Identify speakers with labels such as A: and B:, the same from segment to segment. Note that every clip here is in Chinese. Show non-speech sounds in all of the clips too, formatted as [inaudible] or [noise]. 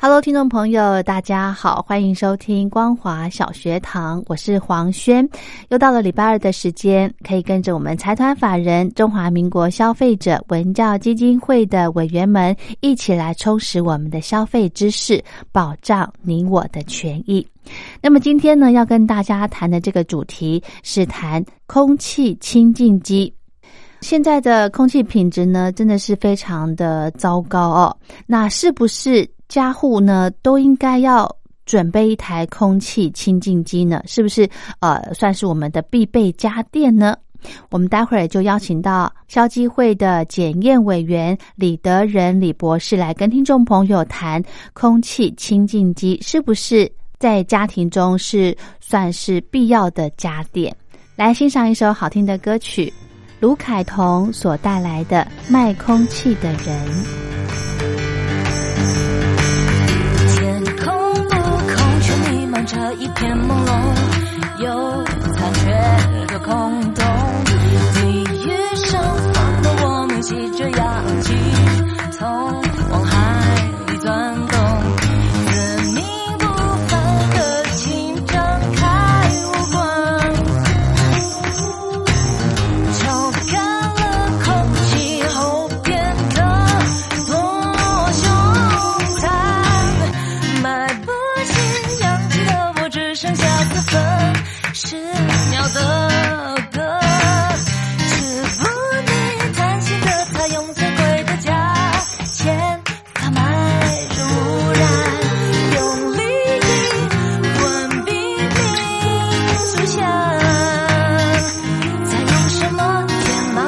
A: Hello，听众朋友，大家好，欢迎收听光华小学堂，我是黄轩。又到了礼拜二的时间，可以跟着我们财团法人中华民国消费者文教基金会的委员们一起来充实我们的消费知识，保障你我的权益。那么今天呢，要跟大家谈的这个主题是谈空气清净机。现在的空气品质呢，真的是非常的糟糕哦。那是不是？家户呢都应该要准备一台空气清净机呢，是不是？呃，算是我们的必备家电呢。我们待会儿就邀请到消基会的检验委员李德仁李博士来跟听众朋友谈空气清净机是不是在家庭中是算是必要的家电。来欣赏一首好听的歌曲，卢凯彤所带来的《卖空气的人》。
B: 这一片朦胧，有残缺的空洞。你遇上放的我们吸着氧气，从往海里钻动。自命不凡的心张开无光，抽干了空气后变得多凶残，买不起氧。剩下四分十秒的歌，只不你贪心的他用最贵的价钱贩卖着污染，用力混比民俗下，再用什么填满？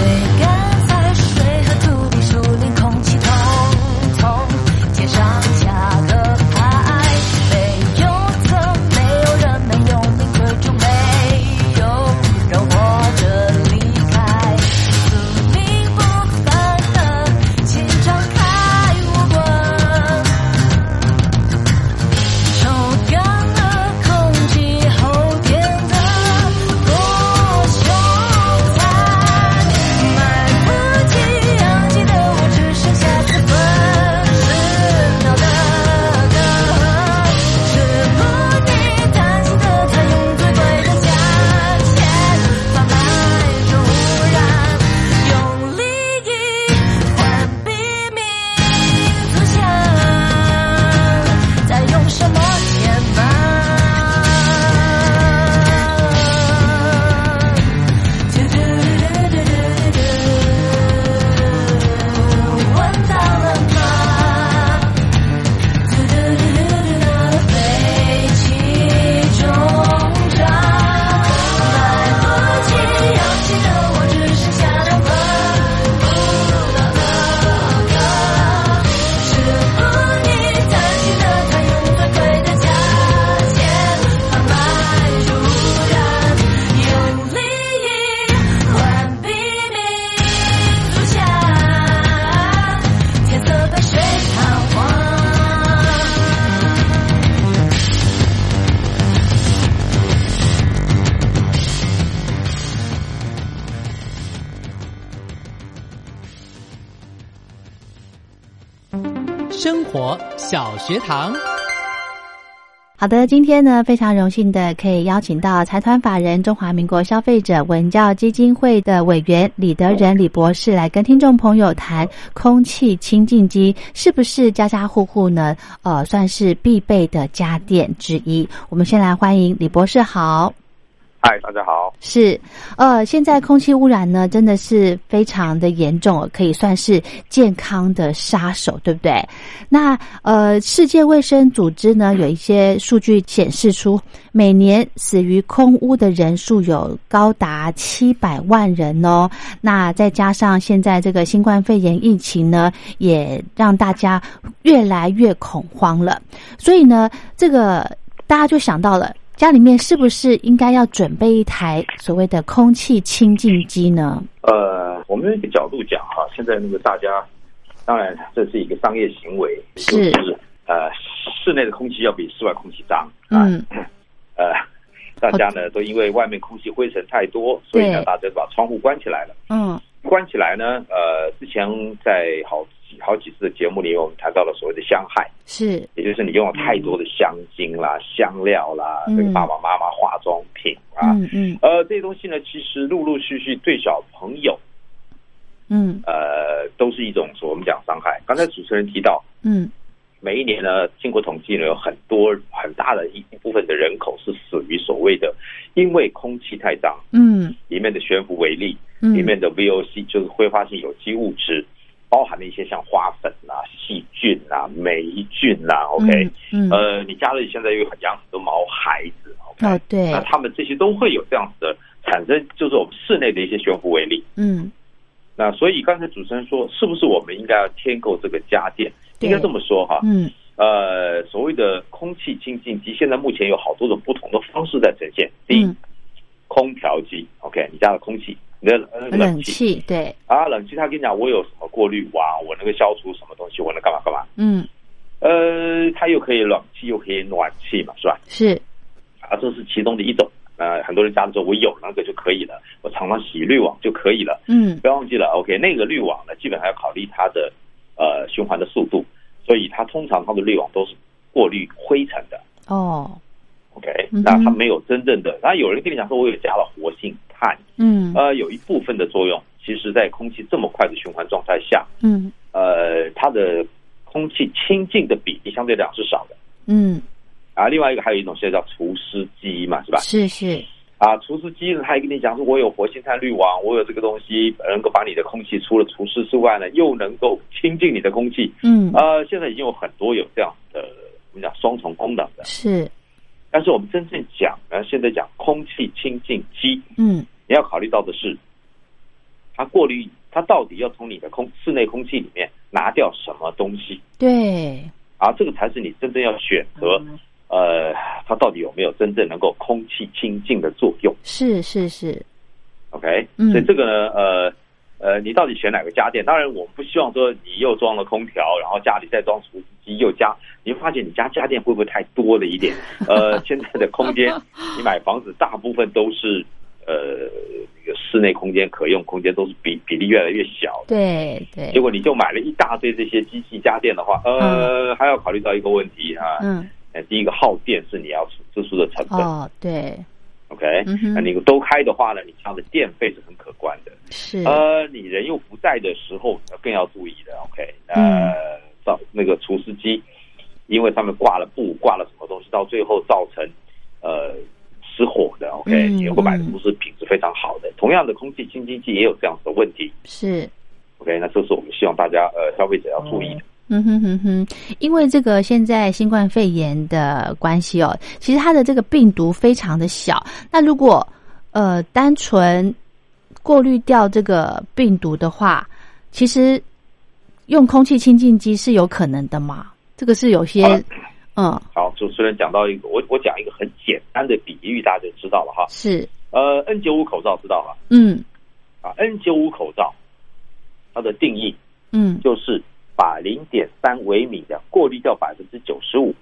B: 水、干菜、水和土地、树林、空气，统统贴上价格牌。没有测，没有人，没有名，最终没有人活着离开。宿命不凡的心张开无关。抽干了空气后变得多凶残，买不起氧气的我只剩下四分十秒的歌，只不你贪心的他用最贵的价钱贩卖着污染，用利益换比民族下。在用什么填满？嘟嘟嘟嘟嘟嘟，闻到了吗？嘟嘟嘟嘟嘟嘟，飞机中转，买不起氧气的我只剩下两分不到的歌。只不你贪心的他用最贵的价钱贩卖着污染，用利益换比民族下，天色被谁偿还？
C: 生活小学堂。
A: 好的，今天呢，非常荣幸的可以邀请到财团法人中华民国消费者文教基金会的委员李德仁李博士来跟听众朋友谈空气清净机是不是家家户户呢，呃，算是必备的家电之一。我们先来欢迎李博士，好。
C: 嗨，大家好。
A: 是，呃，现在空气污染呢，真的是非常的严重哦，可以算是健康的杀手，对不对？那呃，世界卫生组织呢，有一些数据显示出，每年死于空污的人数有高达七百万人哦。那再加上现在这个新冠肺炎疫情呢，也让大家越来越恐慌了。所以呢，这个大家就想到了，家里面是不是应该要准备一台所谓的空气清净机呢？
C: 呃，我们一个角度讲哈，现在那个大家，当然这是一个商业行为，
A: 是
C: 就是呃，室内的空气要比室外空气脏啊。
A: 嗯，
C: 呃，大家呢都因为外面空气灰尘太多，所以呢
A: 对
C: 大家就把窗户关起来了。
A: 嗯，
C: 关起来呢，呃，之前在好几好几次的节目里，我们谈到了所谓的香害，
A: 是，
C: 也就是你用了太多的香精啦、香料啦，
A: 嗯
C: 这个爸爸妈妈化妆品啊，
A: 嗯嗯
C: 呃，这些东西呢，其实陆陆续续对小朋友。
A: 嗯
C: 呃，都是一种所我们讲伤害。刚才主持人提到，
A: 嗯，
C: 每一年呢，经过统计呢，有很多很大的一一部分的人口是死于所谓的因为空气太脏，
A: 嗯
C: 里面的悬浮微粒，
A: 嗯，
C: 里面的 VOC 就是挥发性有机物质，包含了一些像花粉啊、细菌啊、霉菌啊。OK，、
A: 嗯，嗯
C: 呃，你家里现在又养很多毛孩子，OK，、
A: 哦对
C: 那，他们这些都会有这样子的产生，就是我们室内的一些悬浮微粒。
A: 嗯
C: 那所以刚才主持人说，是不是我们应该要添购这个家电？
A: 对
C: 应该这么说哈，
A: 嗯
C: 呃，所谓的空气清净机，现在目前有好多种不同的方式在呈现。第一，
A: 嗯，
C: 空调机，OK，你家的空气，你的呃
A: 冷
C: 冷气
A: 气对，
C: 啊，冷气，他跟你讲我有什么过滤网，我能够消除什么东西，我能干嘛干嘛。
A: 嗯
C: 呃，它又可以冷气，又可以暖气嘛，是吧？
A: 是，
C: 啊，这是其中的一种。呃，很多人家里说我有那个就可以了，我常常洗滤网就可以了。
A: 嗯
C: 不要忘记了，OK，那个滤网呢，基本上要考虑它的呃循环的速度，所以它通常它的滤网都是过滤灰尘的
A: 哦，
C: ，OK，
A: 嗯哼
C: 那它没有真正的。那有人跟你讲说，我有加了活性炭，
A: 嗯
C: 呃，有一部分的作用，其实在空气这么快的循环状态下，
A: 嗯
C: 呃，它的空气清净的比例相对来讲是少的。
A: 嗯
C: 啊，另外一个还有一种现在叫除湿机嘛，是吧？
A: 是是，
C: 啊，除湿机呢，它还跟你讲说，我有活性炭滤网，我有这个东西，能够把你的空气除了除湿之外呢，又能够清净你的空气。
A: 嗯
C: 呃，现在已经有很多有这样的我们讲双重功能的，
A: 是，
C: 但是我们真正讲呢，现在讲空气清净机，
A: 嗯
C: 你要考虑到的是，它过滤，它到底要从你的空室内空气里面拿掉什么东西
A: 对，
C: 啊？这个才是你真正要选择，呃，它到底有没有真正能够空气清净的作用
A: 是是是，
C: ？OK，、
A: 嗯
C: 所以这个呢，呃。呃，你到底选哪个家电？当然，我们不希望说你又装了空调，然后家里再装除湿机，又加，你会发现你家家电会不会太多了
A: [laughs]
C: 一点？呃，现在的空间，你买房子大部分都是呃，那个室内空间可用空间都是比比例越来越小的。
A: 对对
C: 结，果你就买了一大堆这些机器家电的话，呃，还要考虑到一个问题啊，
A: 嗯
C: 呃第一个耗电是你要支出的成本、
A: 哦对，
C: o k
A: 嗯哼
C: 那你都开的话呢，你这样的电费是很可观的。
A: 是，
C: 呃，你人又不在的时候，更要注意的。OK，呃，
A: 嗯
C: 造那个除湿机，因为上面挂了布，挂了什么东西，到最后造成呃失火的。OK，、
A: 嗯
C: 也会买的
A: 嗯
C: 不是品质非常好的。同样的，空气清新剂也有这样子的问题。
A: 是。
C: OK，那这是我们希望大家呃消费者要注意的。
A: 嗯哼哼哼，因为这个现在新冠肺炎的关系哦，其实它的这个病毒非常的小。那如果呃单纯过滤掉这个病毒的话，其实用空气清净机是有可能的嘛？这个是有些
C: 好了
A: 嗯
C: 好，主持人讲到一个，我我讲一个很简单的比喻，大家就知道了哈。
A: 是
C: 呃，N 九五口罩知道吧？
A: 嗯
C: 啊，N 九五口罩，它的定义
A: 嗯
C: 就是把零点三微米的过滤掉百分之九十五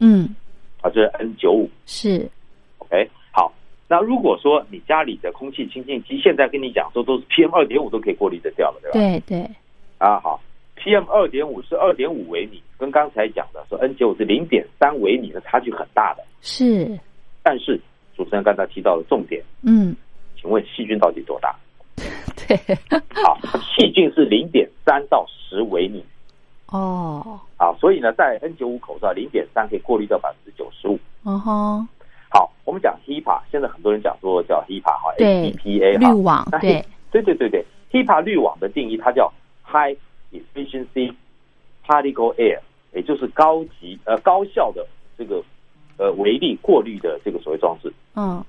A: 嗯
C: 啊，这是 N 九五。
A: 是
C: OK，好，那如果说你家里的空气清净机现在跟你讲说都是 PM 二点五都可以过滤得掉了，对吧？
A: 对对
C: 啊，好， PM 二点五是二点五微米，跟刚才讲的说 N 九五是零点三微米的差距很大的。
A: 是，
C: 但是主持人刚才提到的重点，
A: 嗯，
C: 请问细菌到底多大？
A: 对，
C: 啊， [laughs] 细菌是零点三到十微米
A: 哦，
C: 啊，所以呢，在 N 九五口罩零点三可以过滤掉百分之九十五。
A: 哦吼，
C: 好，我们讲 HEPA，现在很多人讲说叫 HEPA 哈
A: 对
C: ，HEPA
A: 滤
C: 哈，
A: 网
C: 那
A: 对，
C: 对对对对，HEPA 滤网的定义它叫 High Efficiency Particle Air，也就是高级呃高效的这个呃微粒过滤的这个所谓装置。
A: 嗯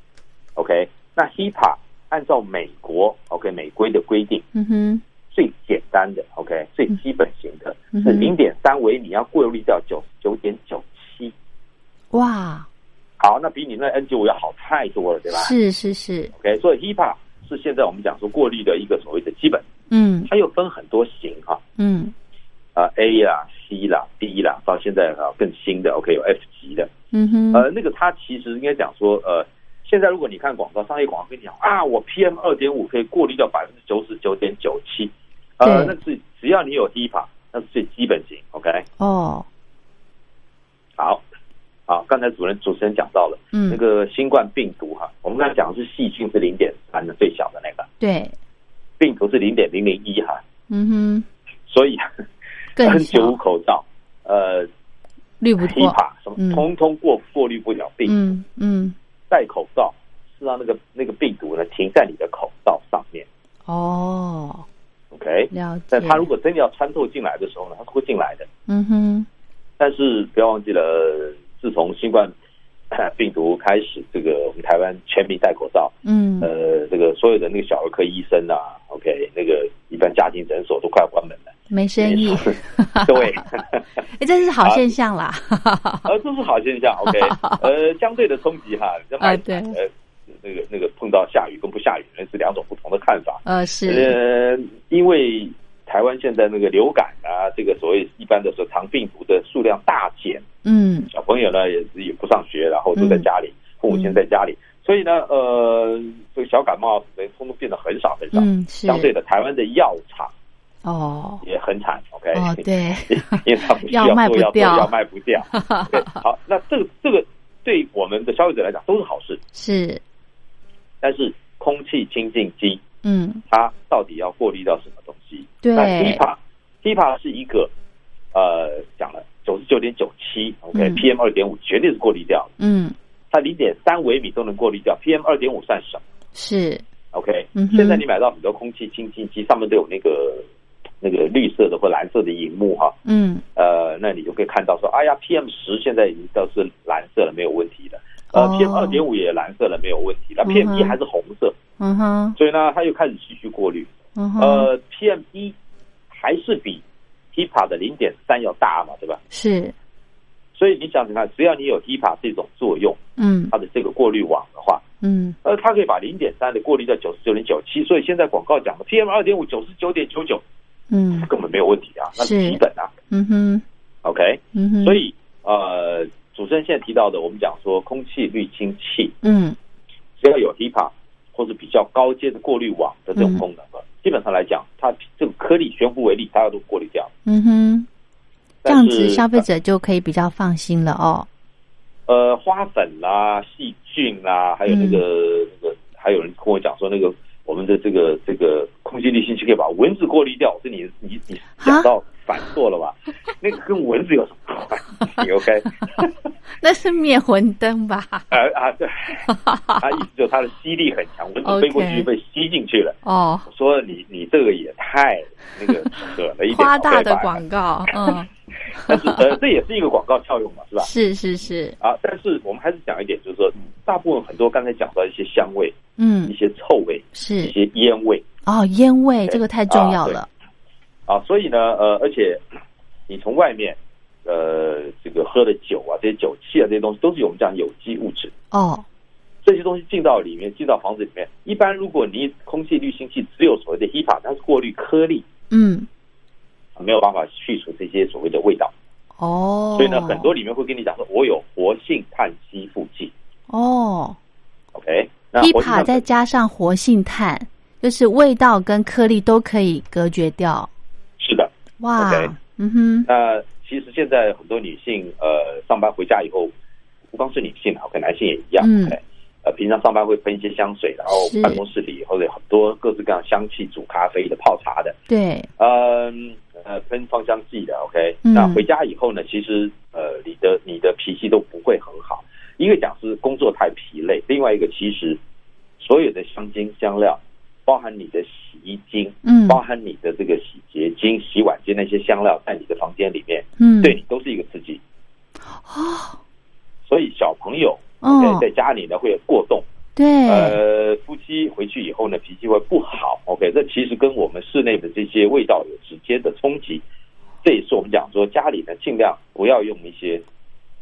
C: OK，那 HEPA 按照美国 OK 美规的规定，
A: 嗯哼，
C: 最简单的 OK 最基本型的
A: 嗯
C: 是
A: 哼
C: 零点三微米，要过滤掉九九点九七。
A: 哇，
C: 好，那比你那 N 九五要好太多了，对吧
A: 是是是，
C: ？OK，所以 HEPA 是现在我们讲说过滤的一个所谓的基本，
A: 嗯
C: 它又分很多型哈、
A: 嗯
C: 呃 A 啦、C 啦、D 啦，到现在啊更新的 OK 有 F 级的，
A: 嗯哼，
C: 呃，那个它其实应该讲说，呃，现在如果你看广告，商业广告跟你讲啊，我 PM 二点五可以过滤掉百分之九十九点九七，呃，那
A: 对
C: 是只要你有 HEPA，那是最基本型，OK，
A: 哦，
C: 好，好，刚才主任主持人讲到了、那
A: 嗯，
C: 个新冠病毒哈，我们刚才讲的是细菌是零点三的最小的那个，
A: 对，
C: 病毒是零点零零一哈，
A: 嗯
C: 所以
A: 哼，
C: N
A: 更小，
C: 九五口罩，呃
A: 滤不过，
C: ，HEPA 什
A: 嗯
C: 么通通过过滤不了病毒。
A: 嗯嗯，
C: 戴口罩是让那个那个病毒呢停在你的口罩上面
A: 哦，
C: ，OK？
A: 了解
C: 但，它如果真的要穿透进来的时候呢，它是会进来的。
A: 嗯哼，
C: 但是不要忘记了，呃自从新冠呃病毒开始，这个我们台湾全民戴口罩，
A: 嗯，
C: 呃，这个所有的那个小儿科医生啊，OK，那个一般家庭诊所都快要关门
A: [laughs]
C: 了，
A: 没生意
C: 没，啊事对，
A: [laughs] 哎，这是好现象啦，
C: [laughs] 呃，这是好现象，OK，呃，
A: [laughs]
C: 相对的冲击哈，这
A: 啊
C: 买
A: 对
C: 呃，那个那个碰到下雨跟不下雨那是两种不同的看法，
A: 呃，是，
C: 呃，因为台湾现在那个流感啊，这个所谓一般的说肠病毒的数量大减，
A: 嗯
C: 小朋友呢也是也不上学，然后都在家里，父母亲在家
A: 嗯
C: 里，所以呢，呃，这个小感冒什么的通通变得很少很少。
A: 嗯，是，
C: 啊相对的，台湾的药厂
A: 哦
C: 也很惨，OK，、
A: 哦，对，
C: [laughs] 因为它不需要
A: 药卖
C: 做
A: 不
C: 药做
A: 掉
C: 药卖不掉。对好，那这个这个对我们的消费者来讲都是好事，
A: 是，
C: 但是空气清净机
A: 嗯，
C: 它到底要过滤到什么东西？
A: 对
C: 那 HEPA HEPA 是一个呃讲了九十九点九七
A: 嗯
C: ，OK，PM 二点五绝对是过滤掉的，
A: 嗯，
C: 它零点三微米都能过滤掉，PM 二点五算什么
A: 是，
C: ？OK，、
A: 嗯哼
C: 现在你买到很多空气清净机，上面都有那个那个绿色的或蓝色的荧幕哈、
A: 嗯，
C: 呃，那你就可以看到说，哎呀，PM 十现在已经都是蓝色了，没有问题的。呃、
A: 哦
C: p m 二点五也蓝色了，没有问题。那
A: 嗯哼
C: PM 一还是红色，
A: 嗯哼，
C: 所以呢，它又开始继续过滤。
A: 嗯哼，
C: 呃，PM 一还是比 HEPA 的零点三要大嘛，对吧？
A: 是，
C: 所以你想想看，只要你有 HEPA 这种作用，
A: 嗯
C: 它的这个过滤网的话，
A: 嗯，
C: 呃，它可以把零点三的过滤到九十九点九七，所以现在广告讲的 PM 二点五九十九点九九
A: 嗯
C: 根本没有问题啊，那
A: 是
C: 是基本啊
A: 嗯哼，
C: ，OK。
A: 嗯哼，
C: 所，以呃，主持人现在提到的，我们讲说空气滤清器
A: 嗯
C: 只要有 HEPA 或是比较高阶的过滤网的这
A: 嗯
C: 种功能了，基本上来讲，它这个颗粒悬浮微粒它要都过滤掉。
A: 嗯哼，这
C: 但
A: 样
C: 是
A: 子消费者就可以比较放心了哦。
C: 呃，花粉啦、细菌啦，还有那
A: 嗯
C: 个、那个，还有人跟我讲说，那个我们的这个这个空气滤清器可以把蚊子过滤掉。我说你你你讲
A: 啊
C: 到反错了吧？
A: [laughs]
C: 那个跟蚊子有什么关系？OK？
A: 那是灭魂灯吧？
C: 呃啊，对，他意思就是它的吸力很强，蚊子飞过
A: OK
C: 去被吸进去了。
A: 哦，
C: 我说你你这个也太那个扯了
A: [laughs]
C: 一点，
A: 夸大
C: OK
A: 的
C: 吧
A: 广告，嗯，
C: 但是呃，这也是一个广告效用嘛，是吧？
A: [laughs] 是是是，
C: 啊，但是我们还是讲一点，就是说，嗯大部分很多刚才讲到一些香味、
A: 嗯
C: 一，些臭味、一
A: 是
C: 些烟味
A: 哦，烟味
C: 对
A: 这个太重要了，
C: 啊，所以呢，呃，而且你从外面，呃，这个喝的酒啊，这些酒气啊，这些东西都是我们讲有机物质，
A: 哦，
C: 这些东西进到里面，进到房子里面，一般如果你空气滤清器只有所谓的 HEPA，它是过滤颗粒，
A: 嗯，
C: 没有办法去除这些所谓的味道，
A: 哦，
C: 所以呢，很多里面会跟你讲说，我有活性炭吸附剂
A: 哦
C: ，OK。那活性炭
A: ，HEPA 再加上活性炭，就是味道跟颗粒都可以隔绝掉。
C: 是的，
A: 哇
C: OK
A: 嗯哼，
C: 那其实现在很多女性，呃，上班回家以后，不光是女性啊，可能男性也一样。
A: 嗯
C: OK，呃，平常上班会喷一些香水，然后
A: 是
C: 办公室里或者很多各式各样香气，煮咖啡的、泡茶的，
A: 对，
C: 嗯，呃，喷芳香剂的。OK，、
A: 嗯
C: 那回家以后呢，其实呃，你的你的脾气都不会很好。一个讲是工作太疲累，另外一个其实所有的香精香料，包含你的洗衣精，
A: 嗯
C: 包含你的这个洗洁精、洗碗精那些香料，在你的房间里面。
A: 嗯，
C: 对你都是一个刺激。
A: 哦，
C: 所以小朋友
A: 嗯
C: ，OK，在家里呢会有过动，
A: 对，
C: 呃，夫妻回去以后呢脾气会不好，OK，这其实跟我们室内的这些味道有直接的冲击。这也是我们讲说家里呢尽量不要用一些，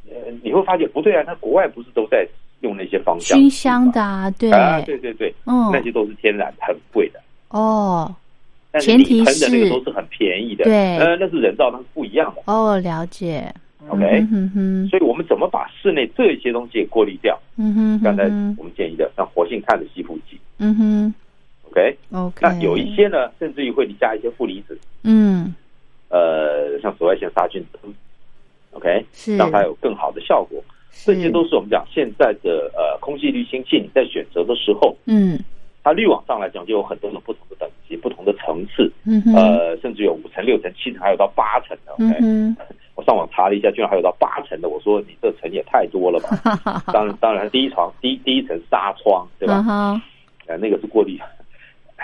C: 呃，你会发现不对啊，那国外不是都在用那些芳香
A: 熏
C: 剂
A: 香
C: 吗
A: 的啊，对，
C: 啊，对对对，
A: 嗯，
C: 那些都是天然很贵的。
A: 哦，
C: 但是
A: 前
C: 你
A: 提
C: 喷的那
A: 是
C: 个都是很便宜的，
A: 对
C: 呃，那是人造，那是不一样的
A: 哦，了解
C: ，OK，、
A: 嗯哼哼，
C: 所以我们怎么把室内这些东西也过滤掉？
A: 嗯哼，
C: 刚才
A: 嗯哼
C: 我们建议的像活性炭的吸附剂
A: 嗯哼
C: ，OK，
A: ，OK，
C: 那有一，些呢，甚至于会加一些负离子，
A: 嗯，
C: 呃，像紫外线杀菌灯，OK，
A: 是，
C: 让它有更好的效果。这些
A: 是
C: 都是我们讲现在的呃空气滤清器，你在选择的时候，
A: 嗯
C: 它滤网上来讲就有很多种不同的等级、不同的层次，
A: 嗯哼，
C: 呃，甚至有五层、六层、七层，还有到八层的。OK，、
A: 嗯哼，
C: 我上网查了一下，居然还有到八层的。我说你这层也太多了吧？
A: 哈哈 [laughs] 哈，
C: 当然，当然，第一床第一第一层纱窗，对吧？
A: 嗯哼
C: 呃，那个是过滤， [laughs]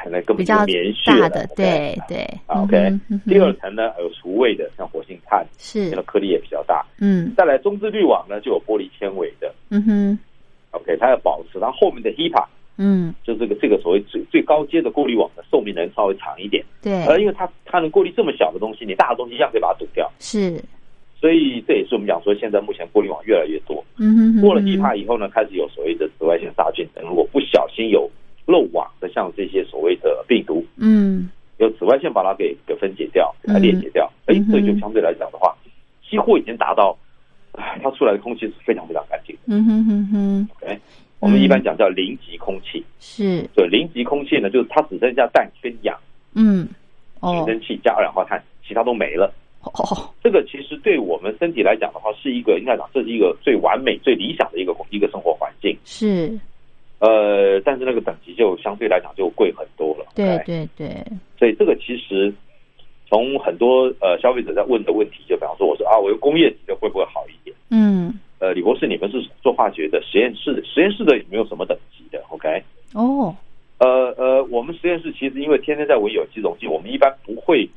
C: 那根
A: 比
C: 本就
A: 较
C: 棉絮
A: 大
C: 了
A: 的，
C: OK
A: 对对
C: 啊，OK
A: 嗯哼嗯哼
C: 第二层呢有除味的，像活性炭，那个
A: 是，
C: 颗粒也比较大。
A: 嗯
C: 再来中置滤网呢就有玻璃纤维的
A: 嗯哼，
C: ，OK，它要保持它后面的 HEPA，
A: 嗯，
C: 就这个这个所谓最最高阶的过滤网的寿命能稍微长一点，
A: 对，
C: 呃，因为它它能过滤这么小的东西，你大的东西一样可以把它堵掉，
A: 是，
C: 所以这也是我们讲说现在目前过滤网越来越多。
A: 嗯哼哼，
C: 过了 HEPA 以后呢，开始有所谓的紫外线杀菌灯，如果不小心有漏网的，像这些所谓的病毒，
A: 嗯，
C: 有紫外线把它给给分解掉，给它
A: 嗯
C: 裂解掉，哎、
A: 嗯哼
C: 这就相对来讲的话，几乎已经达到，唉它出来的空气是非常非常干净的。
A: 嗯哼哼哼，
C: OK，我们一般讲叫零级空气，
A: 是，
C: 对，零级空气呢，就是它只剩下氮跟氧、
A: 嗯，
C: 水
A: 哦
C: 蒸气加二氧化碳，其他都没了。
A: 哦，
C: 这个其实对我们身体来讲的话，是一个应该讲这是一个最完美、最理想的一个一个生活环境。
A: 是，
C: 呃，但是那个等级就相对来讲就贵很多了。
A: 对
C: OK
A: 对对，
C: 所以这个其实从很多呃消费者在问的问题，就比方说我说啊，我用工业级的会不会好一点？
A: 嗯，
C: 呃，李博士，你们是做化学的，实验室的，实验室的有没有什么等级的？OK，
A: 哦，
C: 呃呃，我们实验室其实因为天天在闻有机溶剂，我们一般不会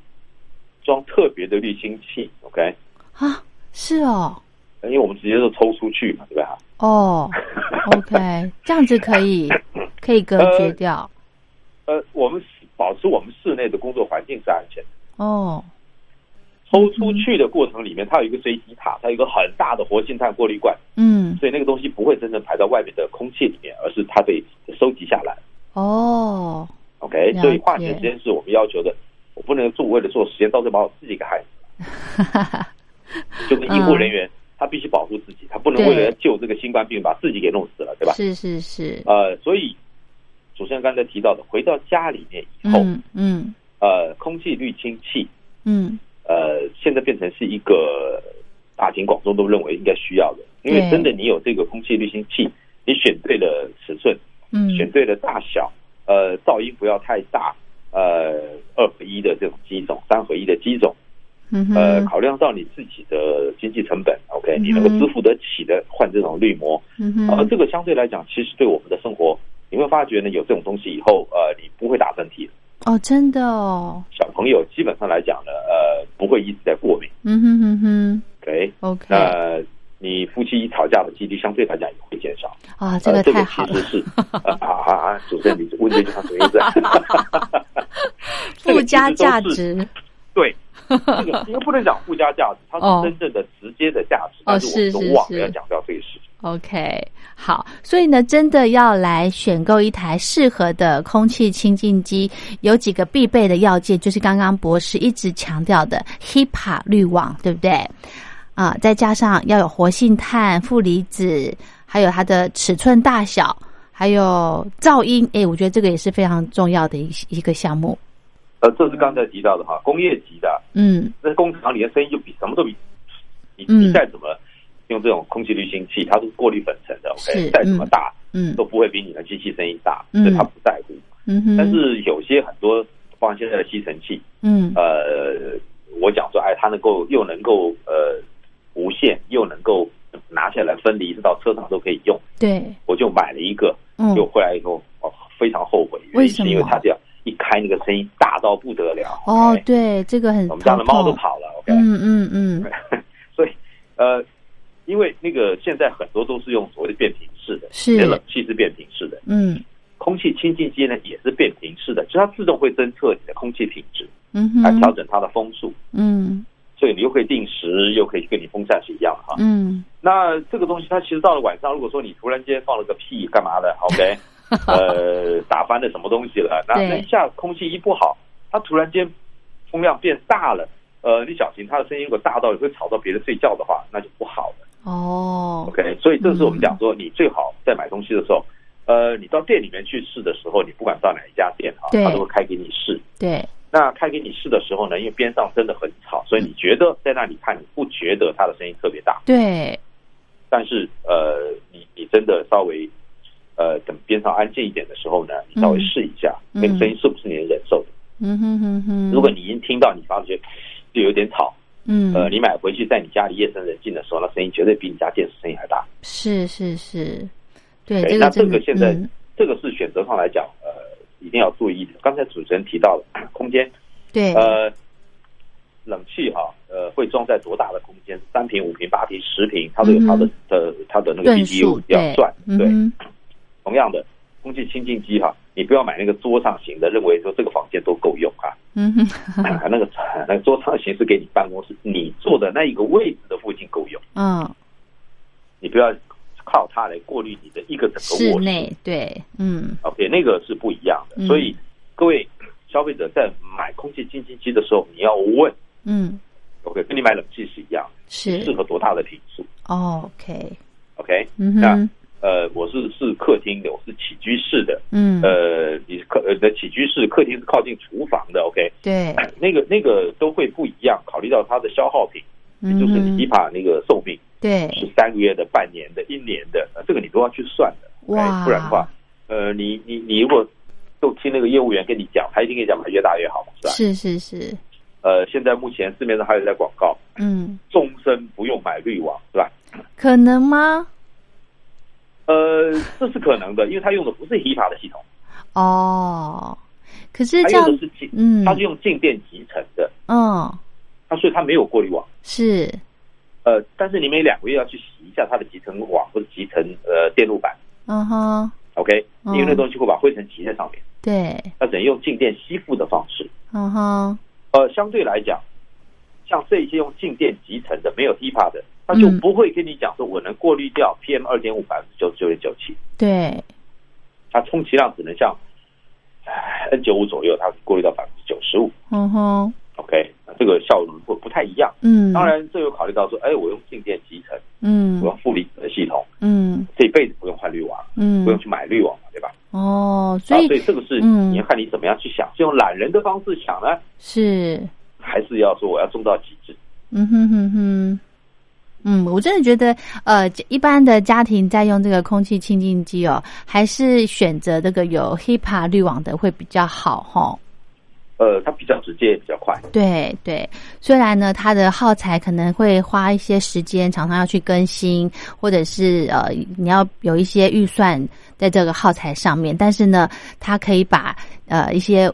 C: 装特别的滤清器，OK，
A: 啊，是哦，
C: 因为我们直接就抽出去嘛，对吧？
A: 哦，OK，这样子可
C: [laughs]
A: 以可以隔绝
C: 呃
A: 掉。
C: 呃，我们保持我们室内的工作环境是安全的。
A: 哦，
C: 抽出
A: 嗯
C: 去的过程里面，它有一个随机塔，它有一个很大的活性炭过滤罐，
A: 嗯，
C: 所以那个东西不会真正排到外面的空气里面，而是它被收集下来。
A: 哦，
C: OK，
A: 了解
C: 所以化学实验室我们要求的，我不能做为了做实验，到最后把我自己给害死，
A: 哈哈哈，
C: 就跟医护人员，他必须保护自己，他不能
A: 对
C: 为了救这个新冠病把自己给弄死了，对吧？
A: 是是是，
C: 呃，所以主持人刚才提到的，回到家里面以后，
A: 嗯嗯
C: 呃，空气滤清器，
A: 嗯，
C: 呃，现在变成是一个大庭广众都认为应该需要的，因
A: 对
C: 为真的你有这个空气滤清器，你选对了尺寸，
A: 嗯
C: 选对了大小，呃，噪音不要太大，呃，二合一的这种机种，三合一的机种，
A: 嗯
C: 呃，
A: 哼，
C: 考量到你自己的经济成本，OK，
A: 嗯
C: 你能够支付得起的换这种滤膜，
A: 嗯
C: 呃，
A: 哼，
C: 这个相对来讲，其实对我们的生活，你会发觉呢，有这种东西以后，呃，你不会打喷嚏，
A: 哦，真的哦，
C: 小朋友基本上来讲呢，呃，不会一直在过敏
A: 嗯哼哼哼
C: ，OK，
A: ，OK，
C: 那呃你夫妻吵架的几率相对来讲也会减少。
A: 啊，这
C: 呃，
A: 个
C: 这
A: 太
C: 个
A: 好
C: 其
A: 了
C: 实，是呃啊啊啊！主持人，你问这句话什么
A: [laughs]
C: 意思？这个其实都
A: 附
C: 是
A: 加价值，
C: 对，这个因为不能讲附加
A: [laughs]
C: 价值，它
A: 哦
C: 是真正的直接的价值，
A: 哦
C: 但是我
A: 是
C: 们
A: 是
C: 都忘了
A: 是
C: 要讲到这个事情。
A: OK，好，所以呢，真的要来选购一台适合的空气清净机，有几个必备的要件，就是刚刚博士一直强调的 HEPA 滤网，对不对？啊、再加上要有活性炭、负离子，还有它的尺寸大小，还有噪音，诶，我觉得这个也是非常重要的一一个项目。
C: 呃，这是刚才提到的哈，工业级的，
A: 嗯
C: 那工厂里的声音就比什么都比，你
A: 嗯
C: 你再怎么用这种空气滤清器，它都是过滤粉尘的
A: 是
C: ，OK，再怎么大
A: 嗯
C: 都不会比你的机器声音大，
A: 嗯
C: 所以它不在乎。
A: 嗯哼，
C: 但是有些很多，包括现在的吸尘器，
A: 嗯
C: 呃，我讲说，哎，它能够又能够呃无线，又能够拿下来分离，直到车上都可以用，
A: 对，
C: 我就买了一个，
A: 嗯
C: 就回来以后哦非常后悔，原
A: 为
C: 因
A: 什
C: 是
A: 么
C: 因为它只要一开那个声音大到不得了，
A: 哦
C: OK？
A: 对，这个很
C: 哎我们家的猫
A: 头
C: 都
A: 痛
C: 跑了，OK，
A: 嗯嗯嗯，
C: 所以呃，因为那个现在很多都是用所谓的变频式的，
A: 是
C: 你的冷气是变频式的，
A: 嗯
C: 空气清净机呢也是变频式的，就是它自动会侦测你的空气品质，
A: 嗯
C: 来调
A: 哼，
C: 整它的风速。
A: 嗯
C: 所以你又可以定时，又可以跟你风扇是一样的哈。
A: 嗯
C: 那这个东西它其实到了晚上，如果说你突然间放了个屁干嘛的，OK，呃，打翻了什么东西了，那
A: 对
C: 那一下空气一不好，它突然间风量变大了，呃，你小心它的声音如果大到也会吵到别人睡觉的话，那就不好了
A: 哦，
C: ，OK。所以这是我们讲说，你最好在买东西的时候，呃，你到店里面去试的时候，你不管到哪一家店哈，
A: 对
C: 它都会开给你试。
A: 对，
C: 那开给你试的时候呢，因为边上真的很吵，所以你觉得在那里看，你不觉得它的声音特别大，
A: 对，
C: 但是呃，你你真的稍微呃等边上安静一点的时候呢，你稍微试一下，
A: 嗯
C: 那个声音是不是你能忍受的？
A: 嗯哼哼哼，
C: 如果你已经听到，你发觉就有点吵，
A: 嗯
C: 呃，你买回去在你家里夜深人静的时候，那声音绝对比你家电视声音还大。
A: 是是是，对，
C: 对
A: 这个
C: 那
A: 真
C: 这个
A: 的
C: 现在
A: 嗯
C: 这个是选择上来讲，呃，一定要注意的。刚才主持人提到了空间，
A: 对，
C: 呃，冷气哈、呃，会装在多大的空间？三平、五平、八平、十平，它都有它的、呃它的那个
A: 吨嗯数
C: BTU 要
A: 对
C: 算。
A: 嗯
C: 对，
A: 哼
C: 同样的，空气清净机哈、你不要买那个桌上型的，认为说这个房间都够用
A: [laughs]
C: 啊。
A: 嗯哼，
C: 啊那个那个桌上型是给你办公室你坐的那一个位置的附近够用，
A: 嗯，
C: 你不要靠它来过滤你的一个整
A: 室
C: 个卧室。
A: 内对，嗯
C: OK，那个是不一样的。
A: 嗯
C: 所以各位消费者在买空气清净机的时候，你要问
A: 嗯
C: OK，跟你买冷气是一样的。
A: 是
C: 适合多大的平数
A: 哦，OK，
C: ？OK，
A: 嗯
C: 那
A: 哼，
C: 呃，我是是客厅的，我是起居室的，
A: 嗯，
C: 呃，你是客呃你的起居室客厅是靠近厨房的，OK，
A: 对，
C: [coughs] 那个那个都会不一样，考虑到它的消耗品，也
A: 嗯
C: 就是
A: 哼，
C: 你 HEPA 那个寿命是
A: 对，
C: 三个月的、半年的、一年的，呃这个你都要去算的，OK，
A: 哇
C: 不然的话，呃，你你你如果就听那个业务员跟你讲，他一定跟你讲买越大越好嘛，是吧？
A: 是是是，
C: 呃，现在目前市面上还有在广告，
A: 嗯，
C: 终身不用买滤网，是吧？
A: 可能吗？
C: 呃，这是可能的，因为他用的不是 HEPA 的系统，
A: 哦，可是
C: 他
A: 这
C: 用
A: 样
C: 的，是静，
A: 嗯
C: 他是用静电集成的，
A: 嗯，
C: 他所以他没有过滤网。
A: 是，
C: 呃，但是你每两个月要去洗一下它的集成网或者集成呃电路板
A: 嗯哼，
C: ，OK，因
A: 嗯
C: 为那东西会把灰尘集在上面，
A: 对，
C: 它只能用静电吸附的方式。
A: 嗯哼，
C: 呃，相对来讲，像这一些用静电集成的没有 HEPA 的，他就
A: 嗯
C: 不会跟你讲说我能过滤掉 PM 二点五百分之九十九点九七，
A: 对，
C: 它充其量只能像哎 N 九五左右，它过滤到百分之九十五。
A: 嗯哼，
C: OK，那这个效能会不太一样。
A: 嗯，
C: 当，然，这有考虑到说，哎，我用静电集成，
A: 嗯
C: 我用负离子的系统，
A: 嗯
C: 这一辈子不用换滤网，
A: 嗯
C: 不，用去买滤网嘛，对吧？
A: 哦，所
C: 啊，
A: 以
C: 所以这个是
A: 嗯
C: 你要看你怎么样去想，是用懒人的方式想呢，
A: 是，
C: 还是要说我要做到极致？
A: 嗯哼哼哼。嗯，我真的觉得，呃，一般的家庭在用这个空气清净机哦，还是选择这个有 HEPA 滤网的会比较好哈。
C: 呃，它比较直接，也比较快。
A: 对对，虽然呢，它的耗材可能会花一些时间，常常要去更新，或者是呃，你要有一些预算在这个耗材上面，但是呢，它可以把呃一些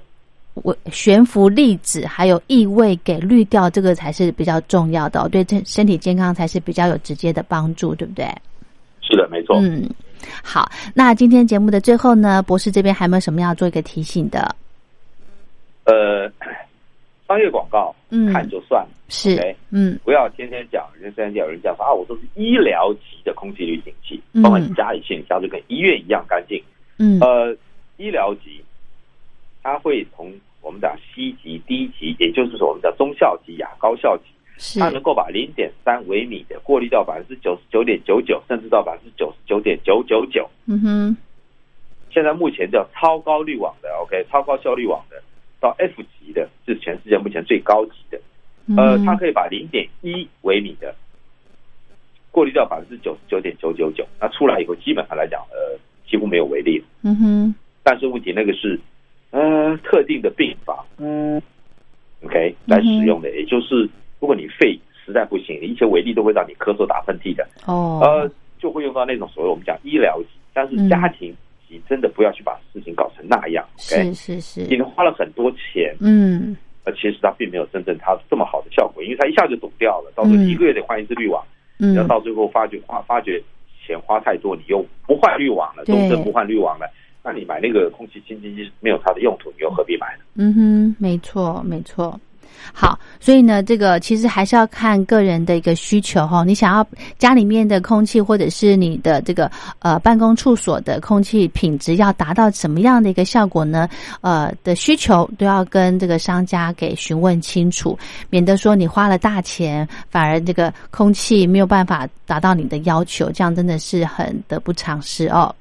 A: 我悬浮粒子还有异味给滤掉，这个才是比较重要的哦、对身身体健康才是比较有直接的帮助，对不对？
C: 是的，没错。
A: 嗯，好，那今天节目的最后呢，博士这边还有没有什么要做一个提醒的？
C: 呃，商业广告
A: 嗯
C: 看就算了，
A: 是
C: OK
A: 嗯
C: 不要天天讲，人虽然有人讲说啊，我都是医疗级的空气滤净器
A: 嗯，
C: 放在你家里去，你家就跟医院一样干净。
A: 嗯
C: 呃，医疗级，它会从我们讲 C 级、D 级，也就是说我们讲中效级、亚高效级，
A: 是
C: 它能够把零点三微米的过滤到百分之九十九点九九，甚至到百分之九十九点九九九。
A: 嗯哼
C: 现在目前叫超高滤网的，OK，超高效率网的，到 F 级的，是全世界目前最高级的。
A: 嗯
C: 呃，它可以把零点一微米的过滤掉百分之九十九点九九九，那出来以后基本上来讲，呃，几乎没有微粒了。
A: 嗯哼，
C: 但是问题那个是呃特定的病房，嗯，OK 来使用
A: 嗯
C: 的，也就是如果你肺实在不行，一些微粒都会让你咳嗽、打喷嚏的，
A: 哦，
C: 呃，就会用到那种所谓我们讲医疗级，但是家庭级真的不要去把事情搞成那样，OK，
A: 嗯是是
C: 你
A: 是，
C: 能花了很多钱，
A: 嗯
C: 呃，其实它并没有真正它这么好的效果，因为它一下就堵掉了，到时候
A: 嗯
C: 一个月得换一次滤网，
A: 嗯
C: 然后到最后发觉花发觉钱花太多，你又不换滤网了，
A: 对
C: 终身不换滤网了，那你买那个空气清净机没有它的用途，你又何必买呢？
A: 嗯哼，没错没错。好，所以呢，这个其实还是要看个人的一个需求哈、你想要家里面的空气，或者是你的这个呃办公处所的空气品质要达到什么样的一个效果呢？呃的需求都要跟这个呃商家给询问清楚，免得说你花了大钱，反而这个空气没有办法达到你的要求，这样真的是很得不偿失哦。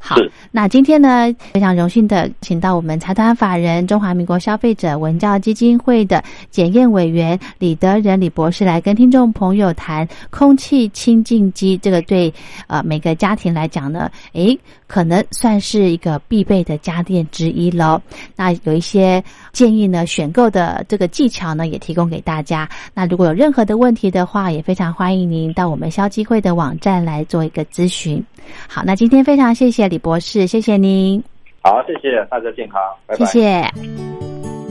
A: 好
C: 是，
A: 那今天呢，非常荣幸的请到我们财团法人中华民国消费者文教基金会的检验委员李德仁李博士来跟听众朋友谈空气清净机这个对呃每个家庭来讲呢，诶，可能算是一个必备的家电之一喽。那有一些建议呢，选购的这个技巧呢，也提供给大家。那如果有任何的问题的话，也非常欢迎您到我们消基会的网站来做一个咨询。好，那今天非常谢谢李博士，谢谢您，
C: 好，谢谢大家健康，拜
A: 谢
C: 拜。
A: 谢。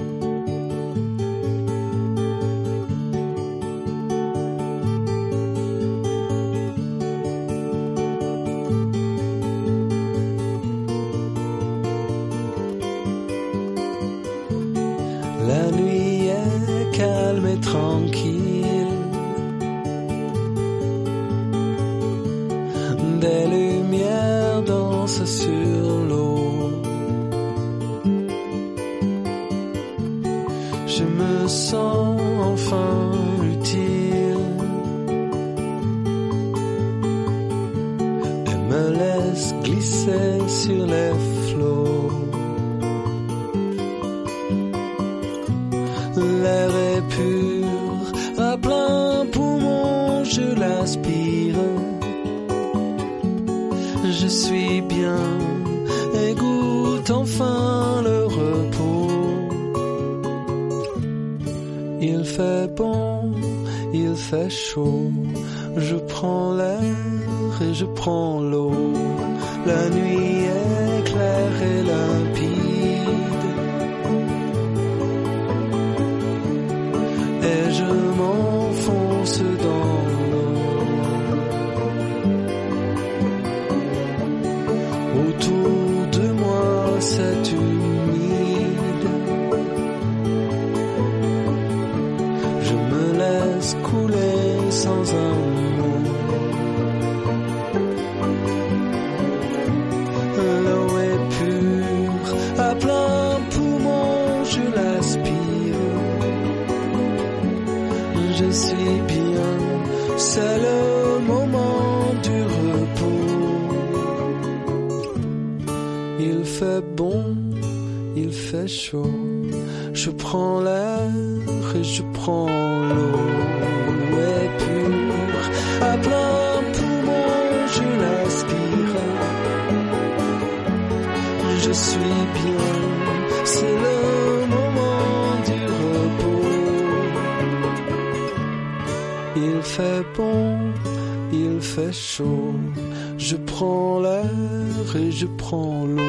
D: La nuit est calme et tranquille. Des lumières dansent sur l'eau. Je me sens enfin utile. Elle me laisse glisser sur les flots. L'air est pur, à plein poumon je l'aspire. Je suis bien et goûte enfin le repos. Il fait bon, il fait chaud, je prends l'air et je prends l'eau. La nuit est claire et limpide. et je m'enfonce dans l'eau. Autour de moi, c'est humide. Je me laisse couler sans un mot. L'eau est pure, à plein poumon, je l'aspire. Je suis bien, c'est le moment du repos. Il fait bon, il fait chaud, je prends l'air et je prends l'eau. L'eau est pure, à plein poumon, je l'aspire. Je suis bien, c'est le moment du repos. Il fait bon, il fait chaud. Je prends l'air et je prends l'eau.